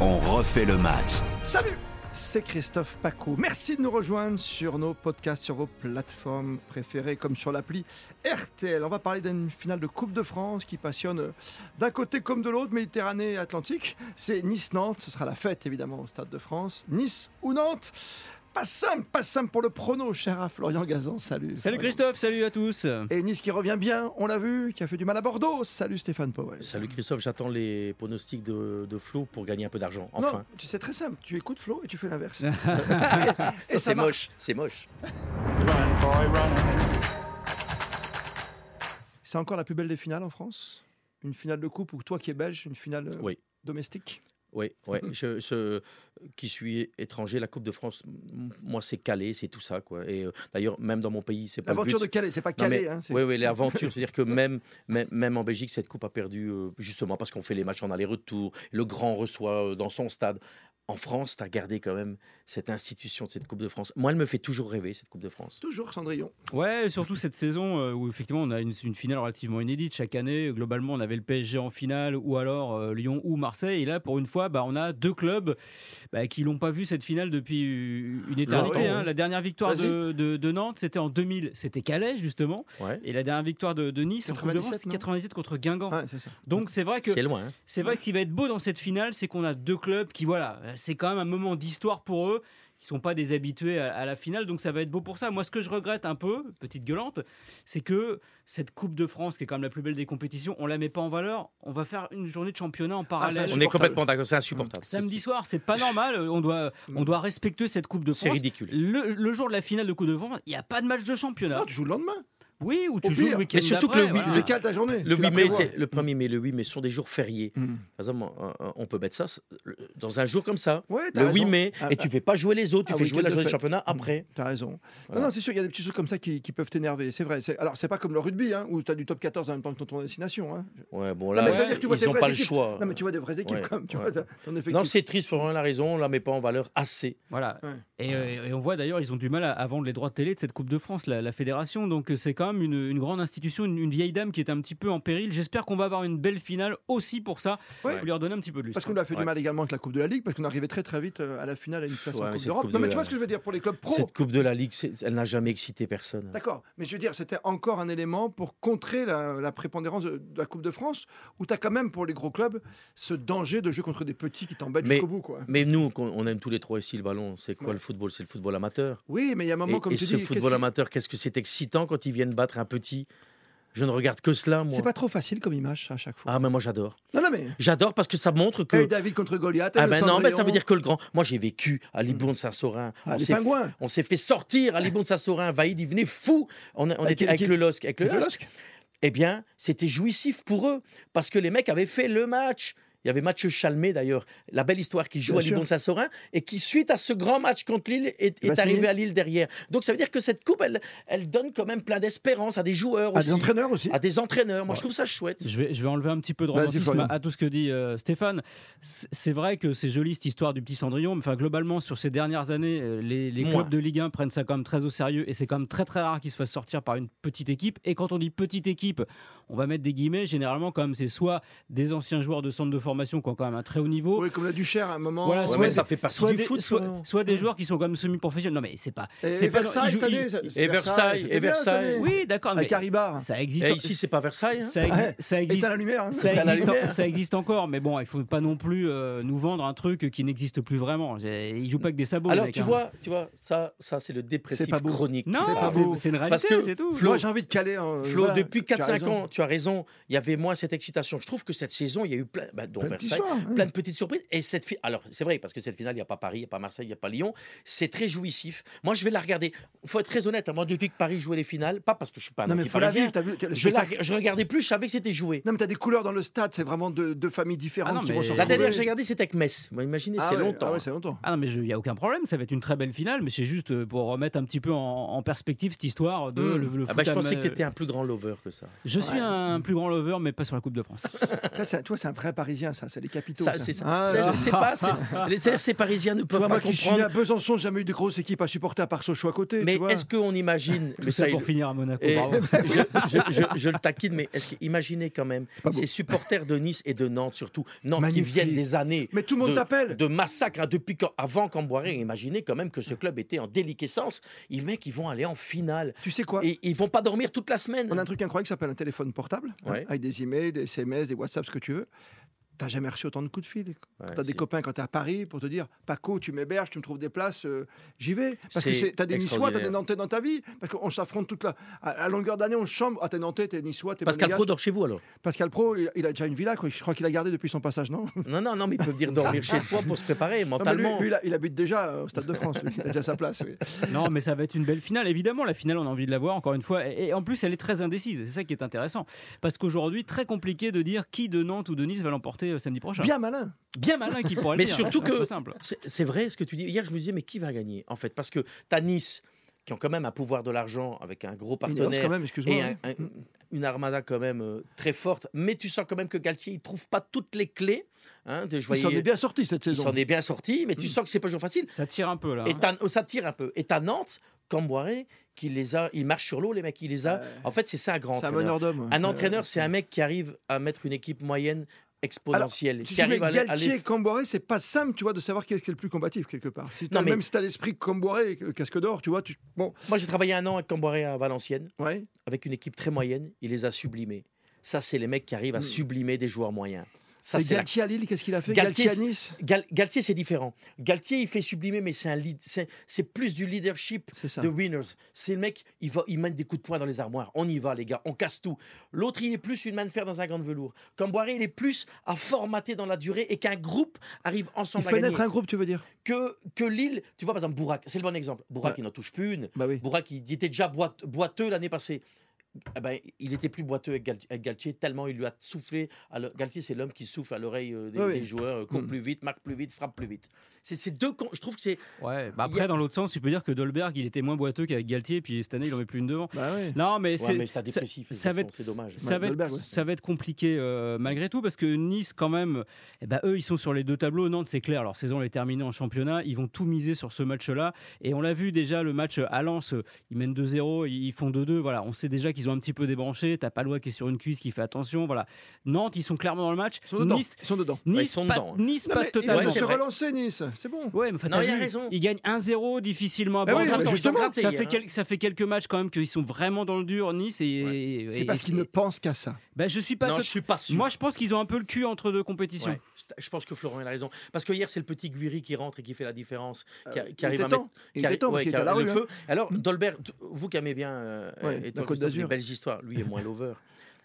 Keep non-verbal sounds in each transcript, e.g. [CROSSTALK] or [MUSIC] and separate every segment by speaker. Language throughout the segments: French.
Speaker 1: On refait le match.
Speaker 2: Salut c'est Christophe Paco. Merci de nous rejoindre sur nos podcasts, sur vos plateformes préférées, comme sur l'appli RTL. On va parler d'une finale de Coupe de France qui passionne euh, d'un côté comme de l'autre, Méditerranée et Atlantique. C'est Nice-Nantes. Ce sera la fête, évidemment, au Stade de France. Nice ou Nantes pas simple, pas simple pour le prono, cher à Florian Gazan. Salut.
Speaker 3: Salut Christophe, salut à tous.
Speaker 2: Et Nice qui revient bien, on l'a vu, qui a fait du mal à Bordeaux. Salut Stéphane Powell.
Speaker 4: Salut Christophe, j'attends les pronostics de, de, Flo pour gagner un peu d'argent. Enfin.
Speaker 2: Non, tu sais très simple, tu écoutes Flo et tu fais
Speaker 4: [LAUGHS]
Speaker 2: l'inverse.
Speaker 4: et, et c'est moche, c'est moche.
Speaker 2: C'est encore la plus belle des finales en France Une finale de coupe ou toi qui es belge, une finale euh,
Speaker 4: oui.
Speaker 2: domestique
Speaker 4: oui, ouais. je, je, qui suis étranger, la Coupe de France, moi c'est Calais, c'est tout ça quoi. Et euh, d'ailleurs même dans mon pays, c'est pas
Speaker 2: l'aventure de Calais, c'est pas Calais.
Speaker 4: Non, mais, hein, oui, oui, l'aventure, c'est-à-dire que même, même, même en Belgique, cette coupe a perdu euh, justement parce qu'on fait les matchs en aller-retour, le grand reçoit euh, dans son stade. En France, tu as gardé quand même cette institution de cette Coupe de France. Moi, elle me fait toujours rêver, cette Coupe de France.
Speaker 2: Toujours, Cendrillon.
Speaker 3: Ouais, surtout cette saison euh, où effectivement, on a une, une, finale relativement inédite chaque année. Globalement, on avait le PSG en finale ou alors euh, Lyon ou Marseille. Et là, pour une fois, bah, on a deux clubs bah, qui l'ont pas vu cette finale depuis une éternité. Hein. La dernière victoire de, de, de, Nantes, c'était en 2000. C'était Calais, justement. Ouais. Et la dernière victoire de, de Nice, en Coupe de France, c'est 97 contre Guingamp.
Speaker 2: Ah.
Speaker 3: Ouais, Donc, c'est vrai que.
Speaker 4: C'est loin. Hein.
Speaker 3: C'est vrai que ce qui va être beau dans cette finale, c'est qu'on a deux clubs qui, voilà, c'est quand même un moment d'histoire pour eux. Ils sont pas des habitués à, à, la finale, donc ça va être beau pour ça. Moi, ce que je regrette un peu, petite gueulante, c'est que cette Coupe de France, qui est quand même la plus belle des compétitions, on la met pas en valeur. On va faire une journée de championnat en parallèle.
Speaker 4: Ah, on est complètement d'accord, c'est insupportable.
Speaker 3: Samedi soir, c'est pas normal. On doit, on doit respecter cette Coupe de France.
Speaker 4: C'est ridicule.
Speaker 3: Le, le, jour de la finale de Coupe de France, il n'y a pas de match de championnat.
Speaker 2: Non, tu joues le lendemain.
Speaker 3: Oui, ou tu Au joues pire. le week-end.
Speaker 2: Mais surtout que le 8 voilà. décale ta journée.
Speaker 4: Le 8 mai, le
Speaker 2: Mm.
Speaker 4: 1er mai, le 8 mai sont des jours fériés. Mm. Par exemple, on peut mettre ça dans un jour comme ça.
Speaker 2: Ouais,
Speaker 4: le
Speaker 2: raison.
Speaker 4: 8 mai, ah, et tu fais pas jouer les autres, tu ah, fais oui, jouer la journée de
Speaker 2: Mm.
Speaker 4: championnat après.
Speaker 2: T'as raison. Voilà. Non, non c'est sûr, il y a des petits trucs comme ça qui, qui peuvent t'énerver. C'est vrai. Alors, c'est pas comme le rugby, hein, où tu as du top 14 en même temps que ton tournoi destination. Hein.
Speaker 4: Ouais, bon, là, non,
Speaker 2: ouais,
Speaker 4: ils n'ont pas le choix.
Speaker 2: Non, mais tu vois des vraies équipes comme
Speaker 4: Non, c'est triste, Florian a raison, on la met pas en valeur assez.
Speaker 3: Voilà. Et on voit d'ailleurs, ils ont du mal à vendre les droits de télé de cette Coupe de France, la fédération. Donc, euh, c'est quand une, une, grande institution, une, une, vieille dame qui est un petit peu en péril. J'espère qu'on va avoir une belle finale aussi pour ça, ouais. pour lui redonner un petit peu de lustre.
Speaker 2: Parce qu'on a fait ouais. du mal également avec la Coupe de la Ligue, parce qu'on arrivait très très vite euh, à la finale à une place ouais, en Coupe d'Europe. Non, de mais tu la... vois ce que je veux dire pour les clubs pro.
Speaker 4: Cette Coupe de la Ligue, elle n'a jamais excité personne.
Speaker 2: D'accord, mais je veux dire, c'était encore un élément pour contrer la, la prépondérance de, de, la Coupe de France, où tu as quand même pour les gros clubs ce danger de jouer contre des petits qui t'embêtent jusqu'au bout. Quoi.
Speaker 4: Mais nous, on aime tous les trois ici le ballon. C'est quoi le football C'est le football amateur.
Speaker 2: Oui, mais il y a un moment
Speaker 4: et,
Speaker 2: comme
Speaker 4: et
Speaker 2: tu
Speaker 4: ce
Speaker 2: dis,
Speaker 4: football qu amateur, qu'est-ce que c'est excitant quand ils viennent battre un petit. Je ne regarde que cela, moi.
Speaker 2: C'est pas trop facile comme image à chaque fois.
Speaker 4: Ah, mais moi j'adore.
Speaker 2: Non, non, mais.
Speaker 4: J'adore parce que ça montre que.
Speaker 2: Hey, David contre Goliath.
Speaker 4: Ah, ben non, mais ça veut dire que le grand. Moi j'ai vécu à Libourne-Saint-Saurin.
Speaker 2: Ah, on,
Speaker 4: on s'est fait sortir à Libourne-Saint-Saurin. Vaïd, il venait fou. On, a, on avec, était avec, avec le LOSC. Avec le, le LOSC. LOSC. Eh bien, c'était jouissif pour eux parce que les mecs avaient fait le match. Il y avait Mathieu Chalmé d'ailleurs, la belle histoire qui joue Bien à Libourne-Saint-Saurin et qui, suite à ce grand match contre Lille, est, est arrivé à Lille derrière. Donc ça veut dire que cette coupe, elle, elle donne quand même plein d'espérance à des joueurs
Speaker 2: à
Speaker 4: aussi.
Speaker 2: des entraîneurs Ah, aussi.
Speaker 4: À des entraîneurs. Moi, ouais. je trouve ça chouette.
Speaker 3: Je vais, je vais enlever un petit peu de romantisme à tout ce que dit euh, Stéphane. C'est vrai que c'est joli cette histoire du petit Cendrillon. Enfin, globalement, sur ces dernières années, euh, les, les clubs Moins. de Ligue 1 prennent ça quand même très au sérieux et c'est quand même très très rare qu'ils se fassent sortir par une petite équipe. Et quand on dit petite équipe, on va mettre des guillemets. Généralement, quand même, c'est soit des anciens joueurs de centre de formation qui ont quand même un très haut niveau.
Speaker 2: Oui, comme la Duchère à un moment.
Speaker 3: Voilà,
Speaker 4: soit,
Speaker 3: ouais,
Speaker 4: ça fait partie
Speaker 3: soit
Speaker 4: du foot. hein.
Speaker 3: Soit, soit des joueurs qui sont quand même semi-professionnels. Non, mais c'est pas.
Speaker 2: Et, et
Speaker 3: pas
Speaker 2: Versailles, cette année,
Speaker 4: et Versailles, et Versailles.
Speaker 3: Oui, d'accord.
Speaker 2: Avec Caribar.
Speaker 3: Ça existe.
Speaker 4: Et ici, c'est pas Versailles. Hein.
Speaker 3: Ça, ex ouais. ça, existe.
Speaker 2: Et la lumière, hein.
Speaker 3: ça, existe la en, ça, existe encore, mais bon, il faut pas non plus euh, nous vendre un truc qui n'existe plus vraiment. Ils jouent pas que des sabots.
Speaker 4: Alors,
Speaker 3: mec,
Speaker 4: tu,
Speaker 3: hein.
Speaker 4: vois, tu vois, ça, ça c'est le dépressif
Speaker 2: pas beau.
Speaker 4: chronique.
Speaker 3: Non, c'est une réalité, c'est tout.
Speaker 2: Flo, j'ai envie de caler. euh,
Speaker 4: Flo, depuis 4-5 ans, tu as raison, il y avait moins cette excitation. Je trouve que cette saison, il y a eu plein, Versailles, soir, hein. plein de petites surprises. Et cette fi alors c'est vrai parce que cette finale, il n'y a pas Paris, il n'y a pas Marseille, il n'y a pas Lyon. C'est très jouissif. Moi, je vais la regarder. Faut être très honnête. hein. Moi, depuis que Paris jouait les finales, pas parce que je suis pas un non, mais
Speaker 2: faut la vivre, as vu, as
Speaker 4: je, la... je, regardais plus, je savais que c'était joué.
Speaker 2: Non, mais t'as des couleurs dans le stade. C'est vraiment deux, de familles différentes ah non, qui vont se
Speaker 4: La dernière que j'ai regardée, c'était avec Metz. Vous imaginez,
Speaker 2: ah
Speaker 4: c'est
Speaker 2: ouais,
Speaker 4: longtemps.
Speaker 2: Ah ouais, c'est longtemps.
Speaker 3: Ah non, mais il n'y a aucun problème. Ça va être une très belle finale, mais c'est juste euh, pour remettre un petit peu en, en perspective cette histoire de mmh. le, le
Speaker 4: ah bah, je pensais que t'étais un plus grand lover que ça. Ah,
Speaker 3: Je suis un plus grand lover, mais pas sur la Coupe de France.
Speaker 2: toi, c'est un vrai Parisien parisien, ça, c'est les capitaux.
Speaker 4: Ça,
Speaker 2: ça.
Speaker 4: c'est ça.
Speaker 2: Ah,
Speaker 4: Ça,
Speaker 2: là,
Speaker 4: je sais pas,
Speaker 2: [LAUGHS]
Speaker 4: c'est- les RC parisiens ne peuvent
Speaker 2: Toi,
Speaker 4: pas
Speaker 2: moi qui suis né à
Speaker 4: comprendre.
Speaker 2: Besançon, j'ai jamais eu de grosse équipe à supporter à part Sochaux à côté.
Speaker 4: Mais
Speaker 2: tu vois.
Speaker 4: est-ce qu'on imagine
Speaker 3: Tout
Speaker 4: mais
Speaker 3: ça
Speaker 4: ça,
Speaker 3: pour
Speaker 4: il-
Speaker 3: finir à Monaco.
Speaker 4: et- [LAUGHS]
Speaker 3: bravo.
Speaker 4: je, je- je- je le taquine, mais est-ce que, imaginez quand même
Speaker 2: pas beau.
Speaker 4: ces supporters de Nice et de Nantes surtout, Nantes
Speaker 2: Magnifique.
Speaker 4: qui viennent des années
Speaker 2: Mais tout le monde
Speaker 4: de-
Speaker 2: t'appelle.
Speaker 4: de massacre hein, depuis quand- avant Camboiré. Imaginez quand même que ce club était en déliquescence. Les mecs, ils vont aller en finale.
Speaker 2: Tu sais quoi
Speaker 4: Et ils vont pas dormir toute la semaine.
Speaker 2: On a un truc incroyable qui s'appelle un téléphone portable, hein,
Speaker 4: Ouais.
Speaker 2: avec des emails, des SMS, des WhatsApp, ce que tu veux. T'as jamais reçu autant de coups de fil. Quand
Speaker 4: Ouais,
Speaker 2: T'as des
Speaker 4: c'est-
Speaker 2: copains quand t'es à Paris pour te dire Paco, tu m'héberges, tu me trouves des places, euh, j'y vais. Parce que
Speaker 4: C'est
Speaker 2: c'est- t'as des Niçois, t'as des
Speaker 4: extraordinaire.
Speaker 2: Nantais dans ta vie. Parce qu'on s'affronte toute la. À, à longueur d'année, on se chambre. Ah, t'es Nantais, t'es Niçois, t'es
Speaker 4: Pascal
Speaker 2: Monégasque.
Speaker 4: Pro dort chez
Speaker 2: [LAUGHS]
Speaker 4: vous alors
Speaker 2: Pascal Pro, il, il a déjà une villa, quoi. je crois qu'il a gardé depuis son passage, non
Speaker 4: Non, non, non, mais ils peuvent dire dormir chez toi pour se préparer
Speaker 2: Non, mais lui-
Speaker 4: mentalement.
Speaker 2: lui, il, a- il habite déjà euh, au Stade de France, lui. il a déjà sa place.
Speaker 4: [LAUGHS]
Speaker 2: oui.
Speaker 3: Non, mais ça va être une belle finale. Évidemment, la finale, on a envie de la voir encore une fois. Et, et en plus, elle est très indécise. C'est ça qui est intéressant. Parce qu'aujourd'hui, très compliqué de dire qui de Nantes ou de Nice va l'emporter euh, samedi prochain.
Speaker 2: Bien malin
Speaker 3: Bien malin qui pourrait le
Speaker 4: Mais
Speaker 3: dire.
Speaker 4: surtout
Speaker 3: hein, c'est
Speaker 4: que-
Speaker 3: pas simple.
Speaker 4: C'est c'est vrai ce que tu dis. Hier, je me disais, mais qui va gagner en fait Parce que t'as Nice, qui ont quand même un pouvoir de l'argent avec un
Speaker 2: Une
Speaker 4: gros
Speaker 2: erreur,
Speaker 4: partenaire
Speaker 2: quand même, excuse-moi.
Speaker 4: et
Speaker 2: hein.
Speaker 4: un- un- une armada quand même euh, très forte. Mais tu sens quand même que Galtier, il trouve pas toutes les clés. hein, de, je
Speaker 2: Il
Speaker 4: voyais-
Speaker 2: s'en est bien sorti cette
Speaker 4: il
Speaker 2: saison.
Speaker 4: s'en est bien sorti, mais tu
Speaker 2: Mm. Ah.
Speaker 4: sens que c'est pas toujours facile.
Speaker 3: Ça tire un peu là.
Speaker 4: Et
Speaker 3: hein.
Speaker 4: t'as- ça tire un peu. Et t'as Nantes, Camboiré, qui les a, il marche sur l'eau, les mecs, il les a.
Speaker 2: Euh,
Speaker 4: En fait, c'est ça un grand
Speaker 2: C'est un
Speaker 4: entraîneur.
Speaker 2: meneur d'homme. Euh,
Speaker 4: Un entraîneur, c'est un mec qui arrive à mettre une équipe moyenne exponentielle,
Speaker 2: Tu
Speaker 4: qui
Speaker 2: sais, mais
Speaker 4: arrive à, les- à
Speaker 2: Galtier
Speaker 4: les-
Speaker 2: et Camboré, c'est pas simple, tu vois, de savoir qui est, qui est le plus combatif quelque part. Si t'as-
Speaker 4: Non, mais-
Speaker 2: Même si t'as l'esprit Camboré, le casque d'or, tu vois, tu... bon,
Speaker 4: Moi, j'ai travaillé un an avec Camboiré à Valenciennes,
Speaker 2: ouais.
Speaker 4: avec une équipe très moyenne. Il les a sublimés. Ça, c'est les mecs qui arrivent à
Speaker 2: Mm.
Speaker 4: sublimer des joueurs moyens. Ça,
Speaker 2: Et
Speaker 4: c'est la-
Speaker 2: Galtier à Lille, qu'est-ce qu'il a fait Galtier,
Speaker 4: Galtier,
Speaker 2: à Nice,
Speaker 4: Gal- Galtier, c'est différent. Galtier, il fait sublimer, mais c'est un lead- c'est c'est plus du leadership
Speaker 2: c'est ça.
Speaker 4: The winners. C'est le mec, il, va, il mène des coups de poing dans les armoires. On y va, les gars, on casse tout. L'autre, il est plus une main de fer dans un grand velours. Camboiré, il est plus à formater dans la durée et qu'un groupe arrive
Speaker 2: Il
Speaker 4: ensemble à
Speaker 2: fait
Speaker 4: gagner.
Speaker 2: naître un groupe, tu veux dire
Speaker 4: Que, que Lille, tu vois, par exemple, Bourak, c'est le bon exemple. Bourak,
Speaker 2: Ouais.
Speaker 4: il n'en touche plus une.
Speaker 2: Bah oui.
Speaker 4: Bourak, il était déjà boite- boiteux l'année passée. Eh ben, il était plus boiteux avec, Gal- avec Galtier, tellement il lui a soufflé. à l'o- Galtier, c'est l'homme qui souffle à l'oreille euh, des,
Speaker 2: Oui, oui.
Speaker 4: des joueurs, euh, court
Speaker 2: Mm.
Speaker 4: plus vite, marque plus vite, frappe plus vite. C'est ces deux. con- Je trouve que c'est.
Speaker 3: Ouais. Bah,
Speaker 4: il y
Speaker 3: après,
Speaker 4: a-
Speaker 3: dans l'autre sens, tu peux dire que Dolberg, il était moins boiteux qu'avec Galtier. Puis cette année, il en met plus une devant.
Speaker 2: Bah oui.
Speaker 3: Non, mais
Speaker 4: Ouais,
Speaker 3: c'est.
Speaker 4: mais c'est
Speaker 3: ça-
Speaker 4: un dépressif,
Speaker 3: ça
Speaker 4: Jackson,
Speaker 3: va être-
Speaker 4: c'est dommage.
Speaker 3: ça va, être,
Speaker 2: Dolberg, ouais.
Speaker 3: ça va être compliqué euh, malgré tout parce que Nice quand même eh ben, eux ils sont sur les deux tableaux Nantes c'est clair leur saison elle est terminée en championnat ils vont tout miser sur ce match là et on l'a vu déjà le match à Lens euh, ils mènent 2-0 ils ils font 2-2 voilà on sait déjà qu'ils ont un petit peu débranché t'as Palois qui est sur une cuisse qui fait attention voilà Nantes ils sont clairement dans le match
Speaker 2: Ils sont dedans.
Speaker 3: Nice
Speaker 2: Ils sont dedans.
Speaker 3: Nice
Speaker 4: Ouais, ils sont
Speaker 3: pas,
Speaker 4: dedans, hein.
Speaker 3: Nice
Speaker 2: Non,
Speaker 3: pas
Speaker 2: mais
Speaker 3: totalement
Speaker 2: Ils vont
Speaker 4: Ouais,
Speaker 2: se
Speaker 4: c'est vrai.
Speaker 2: relancer, Nice. C'est bon.
Speaker 3: Ouais, mais enfin,
Speaker 4: Non,
Speaker 3: t'as
Speaker 4: il a
Speaker 3: vu,
Speaker 4: raison.
Speaker 3: Ils gagnent 1-0 difficilement à
Speaker 2: Ah oui,
Speaker 3: Bordeaux.
Speaker 2: mais
Speaker 4: Attends, ils ont
Speaker 2: justement,
Speaker 4: gratté
Speaker 3: Ça
Speaker 4: hier,
Speaker 3: fait,
Speaker 4: hein.
Speaker 3: quel- ça fait quelques matchs quand même qu'ils sont vraiment dans le dur, Nice. Et,
Speaker 4: Ouais.
Speaker 3: et-
Speaker 2: C'est parce
Speaker 3: et-
Speaker 2: qu'ils ne pensent qu'à ça.
Speaker 3: Ben, je suis pas.
Speaker 4: non,
Speaker 3: tot-
Speaker 4: je suis pas sûr.
Speaker 3: Moi, je pense qu'ils ont un peu le cul entre deux compétitions.
Speaker 4: Ouais, je- Je pense que Florent il a raison. Parce que hier, c'est le petit Guiri qui rentre et qui fait la différence. Qui, a- qui
Speaker 2: Euh, Il
Speaker 4: arrive
Speaker 2: était
Speaker 4: à mettre.
Speaker 2: temps. Il
Speaker 4: qui arri-
Speaker 2: était temps,
Speaker 4: ouais,
Speaker 2: parce qu'il
Speaker 4: qui
Speaker 2: était à la
Speaker 4: a- le
Speaker 2: rue. hein.
Speaker 4: feu. Alors, Dolbert, t- vous qui aimez bien euh,
Speaker 2: Ouais, la
Speaker 4: et toi,
Speaker 2: Côte
Speaker 4: Christophe, les
Speaker 2: d'Azur.
Speaker 4: belles histoires, lui
Speaker 2: [LAUGHS]
Speaker 4: est moins lover.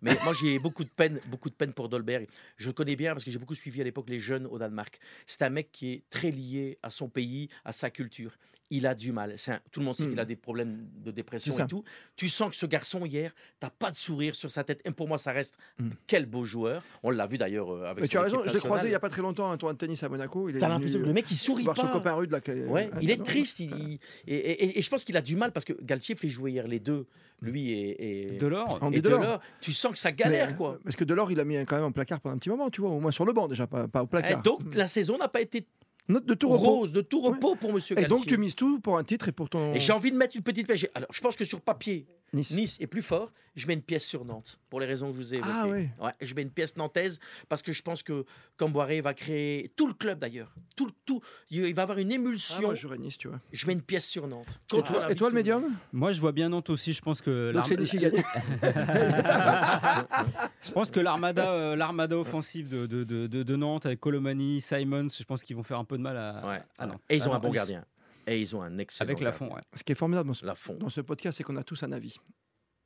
Speaker 4: Mais moi, j'ai beaucoup de peine, beaucoup de peine pour Dolbert. Je le connais bien parce que j'ai beaucoup suivi à l'époque les jeunes au Danemark. C'est un mec qui est très lié à son pays, à sa culture. Il a du mal. C'est un- tout le monde sait
Speaker 2: Mm.
Speaker 4: qu'il a des problèmes de dépression
Speaker 2: C'est ça.
Speaker 4: et tout. Tu sens que ce garçon hier, t'as pas de sourire sur sa tête. Et pour moi, ça reste
Speaker 2: Mm.
Speaker 4: quel beau joueur. On l'a vu d'ailleurs euh, avec.
Speaker 2: Mais
Speaker 4: son
Speaker 2: tu as
Speaker 4: équipe
Speaker 2: raison, je l'ai croisé il n'y
Speaker 4: nationale.
Speaker 2: a pas très longtemps à un tournoi de tennis à Monaco. Il est
Speaker 4: T'as l'impression que le
Speaker 2: venu
Speaker 4: mec il sourit
Speaker 2: voir
Speaker 4: pas.
Speaker 2: son copain rude. là, qui-
Speaker 4: Ouais,
Speaker 2: Ah,
Speaker 4: il est
Speaker 2: non.
Speaker 4: triste. il- il- et, et- et je pense qu'il a du mal parce que Galtier fait jouer hier les deux, lui et, et,
Speaker 3: De l'or.
Speaker 2: Andy
Speaker 4: et
Speaker 2: Delors.
Speaker 4: Delors. Tu sens que ça
Speaker 2: Mais,
Speaker 4: galère,
Speaker 2: euh,
Speaker 4: quoi.
Speaker 2: Parce que Delors, il l'a mis quand même en placard pendant un petit moment, tu vois, au moins sur le banc déjà, pas, pas au
Speaker 4: Eh,
Speaker 2: placard.
Speaker 4: donc la saison n'a pas été
Speaker 2: Note de euh, Hmm. tout repos.
Speaker 4: rose, de tout repos pour Monsieur
Speaker 2: Et
Speaker 4: Galtier.
Speaker 2: donc tu mises tout pour un titre et pour ton
Speaker 4: Et j'ai envie de mettre une petite pièce. Alors je pense que sur papier,
Speaker 2: Nice.
Speaker 4: Nice est plus fort. Je mets une pièce sur Nantes pour les raisons que je vous ai évoquées.
Speaker 2: Ah ouais.
Speaker 4: Ouais, je mets une pièce nantaise parce que je pense que Camboiré va créer tout le club d'ailleurs. Tout, le- tout, il va avoir une
Speaker 2: Ah,
Speaker 4: émulsion.
Speaker 2: moi,
Speaker 4: je...
Speaker 2: j'aurais Nice, tu vois.
Speaker 4: mets une pièce sur Nantes.
Speaker 2: Et
Speaker 4: Contre
Speaker 2: toi,
Speaker 4: la
Speaker 2: et toi, le
Speaker 4: victoire.
Speaker 2: médium
Speaker 3: Moi, je vois bien Nantes aussi. Je pense que
Speaker 2: Donc
Speaker 3: l'arm-
Speaker 2: c'est d'ici gagné.
Speaker 3: je pense que l'armada, euh, l'armada offensive de, de, de, de- de Nantes avec Colomani, Simons, je pense qu'ils vont faire un peu de mal à,
Speaker 4: Ouais.
Speaker 3: à Nantes.
Speaker 4: Et ils ont
Speaker 3: Ah,
Speaker 4: un bon
Speaker 3: Nice.
Speaker 4: gardien. Et ils ont un excellent.
Speaker 3: Avec
Speaker 4: gardien.
Speaker 3: Lafont. Ouais.
Speaker 2: [LAUGHS] Ce qui est formidable dans ce,
Speaker 4: Lafont.
Speaker 2: dans ce podcast, c'est qu'on a tous un avis.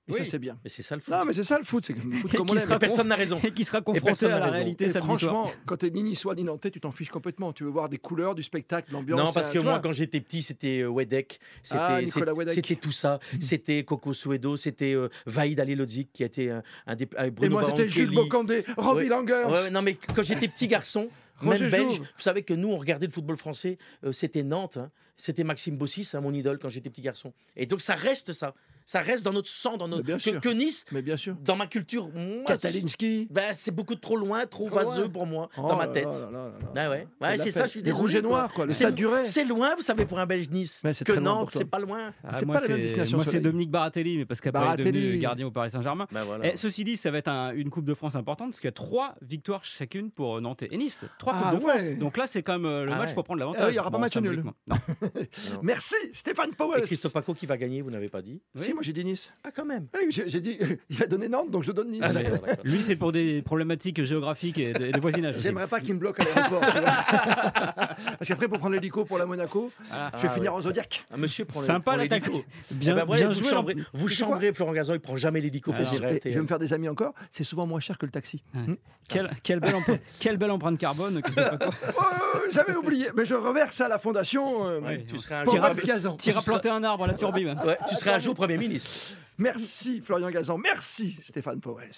Speaker 2: Et ça,
Speaker 4: Oui.
Speaker 2: c'est bien.
Speaker 4: Mais c'est ça le foot.
Speaker 2: Non, mais c'est ça le foot, c'est que le foot
Speaker 3: Et
Speaker 2: comme
Speaker 3: [LAUGHS] qui
Speaker 2: on l'aime.
Speaker 3: sera
Speaker 4: Mais personne
Speaker 2: [LAUGHS]
Speaker 4: n'a raison.
Speaker 3: [LAUGHS] Et qui sera confronté
Speaker 4: personne
Speaker 3: à
Speaker 4: n'a
Speaker 3: la
Speaker 4: raison.
Speaker 3: réalité
Speaker 2: Et
Speaker 3: samedi soir.
Speaker 2: franchement, quand t'es ni niçois ni nantais, tu t'en fiches complètement. Tu veux voir des couleurs, du spectacle, de l'ambiance.
Speaker 4: Non, parce
Speaker 2: euh,
Speaker 4: que
Speaker 2: tu
Speaker 4: moi,
Speaker 2: vois.
Speaker 4: quand j'étais petit, c'était euh, Wedek, c'était
Speaker 2: Ah,
Speaker 4: c'est-
Speaker 2: Nicolas Wedek.
Speaker 4: c'était
Speaker 2: [LAUGHS]
Speaker 4: tout ça. C'était Coco Suedo, c'était euh, Vaïd Alilodzic, qui a été un, un des. un Bruno
Speaker 2: Et moi, c'était Jules
Speaker 4: Bocamp.
Speaker 2: Bocandé, Robbie
Speaker 4: Ouais.
Speaker 2: Langer.
Speaker 4: non, mais quand j'étais petit garçon,
Speaker 2: [LAUGHS] Roger
Speaker 4: même belge,
Speaker 2: Jouve.
Speaker 4: vous savez que nous, on regardait le football français, euh, c'était Nantes, hein. c'était Maxime Bossis, hein, mon idole, quand j'étais petit garçon. Et donc, ça reste ça. ça reste dans notre sang, dans notre
Speaker 2: Mais bien
Speaker 4: que,
Speaker 2: sûr.
Speaker 4: que Nice,
Speaker 2: Mais bien sûr.
Speaker 4: dans ma culture, moi,
Speaker 2: Katalinski.
Speaker 4: c'est- ben, c'est beaucoup trop loin, trop
Speaker 2: Trop loin.
Speaker 4: vaseux pour moi,
Speaker 2: Oh
Speaker 4: dans ma
Speaker 2: là
Speaker 4: tête.
Speaker 2: là là là là.
Speaker 4: Ah ouais,
Speaker 2: Ça
Speaker 4: ouais
Speaker 2: l'a
Speaker 4: c'est
Speaker 2: fait.
Speaker 4: ça, je suis
Speaker 2: Les
Speaker 4: désolé.
Speaker 2: rouges et
Speaker 4: quoi.
Speaker 2: noirs, quoi. Le
Speaker 4: C'est-
Speaker 2: stade du Ray.
Speaker 4: C'est loin, vous savez, pour un Belge Nice.
Speaker 2: Mais c'est
Speaker 4: que
Speaker 2: très loin pour
Speaker 4: Nantes,
Speaker 2: toi.
Speaker 4: c'est pas loin.
Speaker 2: c'est
Speaker 3: Ah, moi,
Speaker 2: pas la même destination
Speaker 3: Moi,
Speaker 2: sur
Speaker 3: c'est
Speaker 2: la-
Speaker 3: Dominique Baratelli, mais parce qu'après, il est
Speaker 2: Baratelli.
Speaker 3: devenu gardien au Paris Saint-Germain.
Speaker 4: Ben voilà.
Speaker 3: Eh, ceci dit, ça va être un- une Coupe de France importante parce qu'il y a trois victoires chacune pour euh, Nantes et Nice. Trois
Speaker 2: Ah
Speaker 3: Coupes de
Speaker 2: ouais.
Speaker 3: France. Donc là, c'est quand même euh, le
Speaker 4: Ah
Speaker 3: match
Speaker 4: ouais.
Speaker 3: pour prendre l'avantage.
Speaker 2: Ah oui, il y aura pas match nul.
Speaker 3: symboliquement.
Speaker 2: Merci, Stéphane
Speaker 4: Et
Speaker 2: Powell.
Speaker 4: Christophe Paco qui va gagner, vous n'avez pas dit
Speaker 2: Si, moi j'ai dit Nice.
Speaker 4: Ah, quand même.
Speaker 2: Oui, J'ai j'ai dit, [LAUGHS] il a donné Nantes, donc je donne Nice.
Speaker 4: Ah, d'accord, d'accord.
Speaker 3: Lui, c'est pour des problématiques géographiques et de, de
Speaker 4: [LAUGHS]
Speaker 3: voisinage. aussi.
Speaker 2: J'aimerais pas qu'il me bloque à l'aéroport. tu vois. Parce qu'après, pour prendre l'hélico pour la Monaco,
Speaker 3: Ah.
Speaker 2: je vais
Speaker 4: Ah,
Speaker 2: finir
Speaker 4: ouais.
Speaker 2: en Zodiac.
Speaker 4: Un monsieur prend
Speaker 3: Sympa
Speaker 4: prend
Speaker 3: la
Speaker 4: l'hélico.
Speaker 3: tactique.
Speaker 4: Eh
Speaker 3: Bien,
Speaker 4: ben voilà,
Speaker 3: bien
Speaker 4: vous
Speaker 3: joué.
Speaker 4: chambrez,
Speaker 3: l'em-
Speaker 4: vous
Speaker 2: Tu sais quoi
Speaker 4: chambrez Florent Gazan, il prend jamais l'hélico.
Speaker 3: Alors,
Speaker 4: c'est vrai,
Speaker 2: Et je vais me faire des amis encore. C'est souvent moins cher que le taxi.
Speaker 3: Quelle, quelle belle empre- quelle belle empreinte carbone. que je sais pas
Speaker 4: [LAUGHS]
Speaker 3: quoi.
Speaker 2: Oh, J'avais oublié, mais je reverse à la fondation. euh,
Speaker 3: Ouais.
Speaker 4: Tu seras un
Speaker 2: Paul
Speaker 4: jour-
Speaker 3: Tira-
Speaker 2: Raps Gazan.
Speaker 3: T'iras planter un arbre à la turbine. ouais.
Speaker 4: Ouais, tu seras un jour Premier ministre.
Speaker 2: Merci Florian Gazan, merci Stéphane Powels.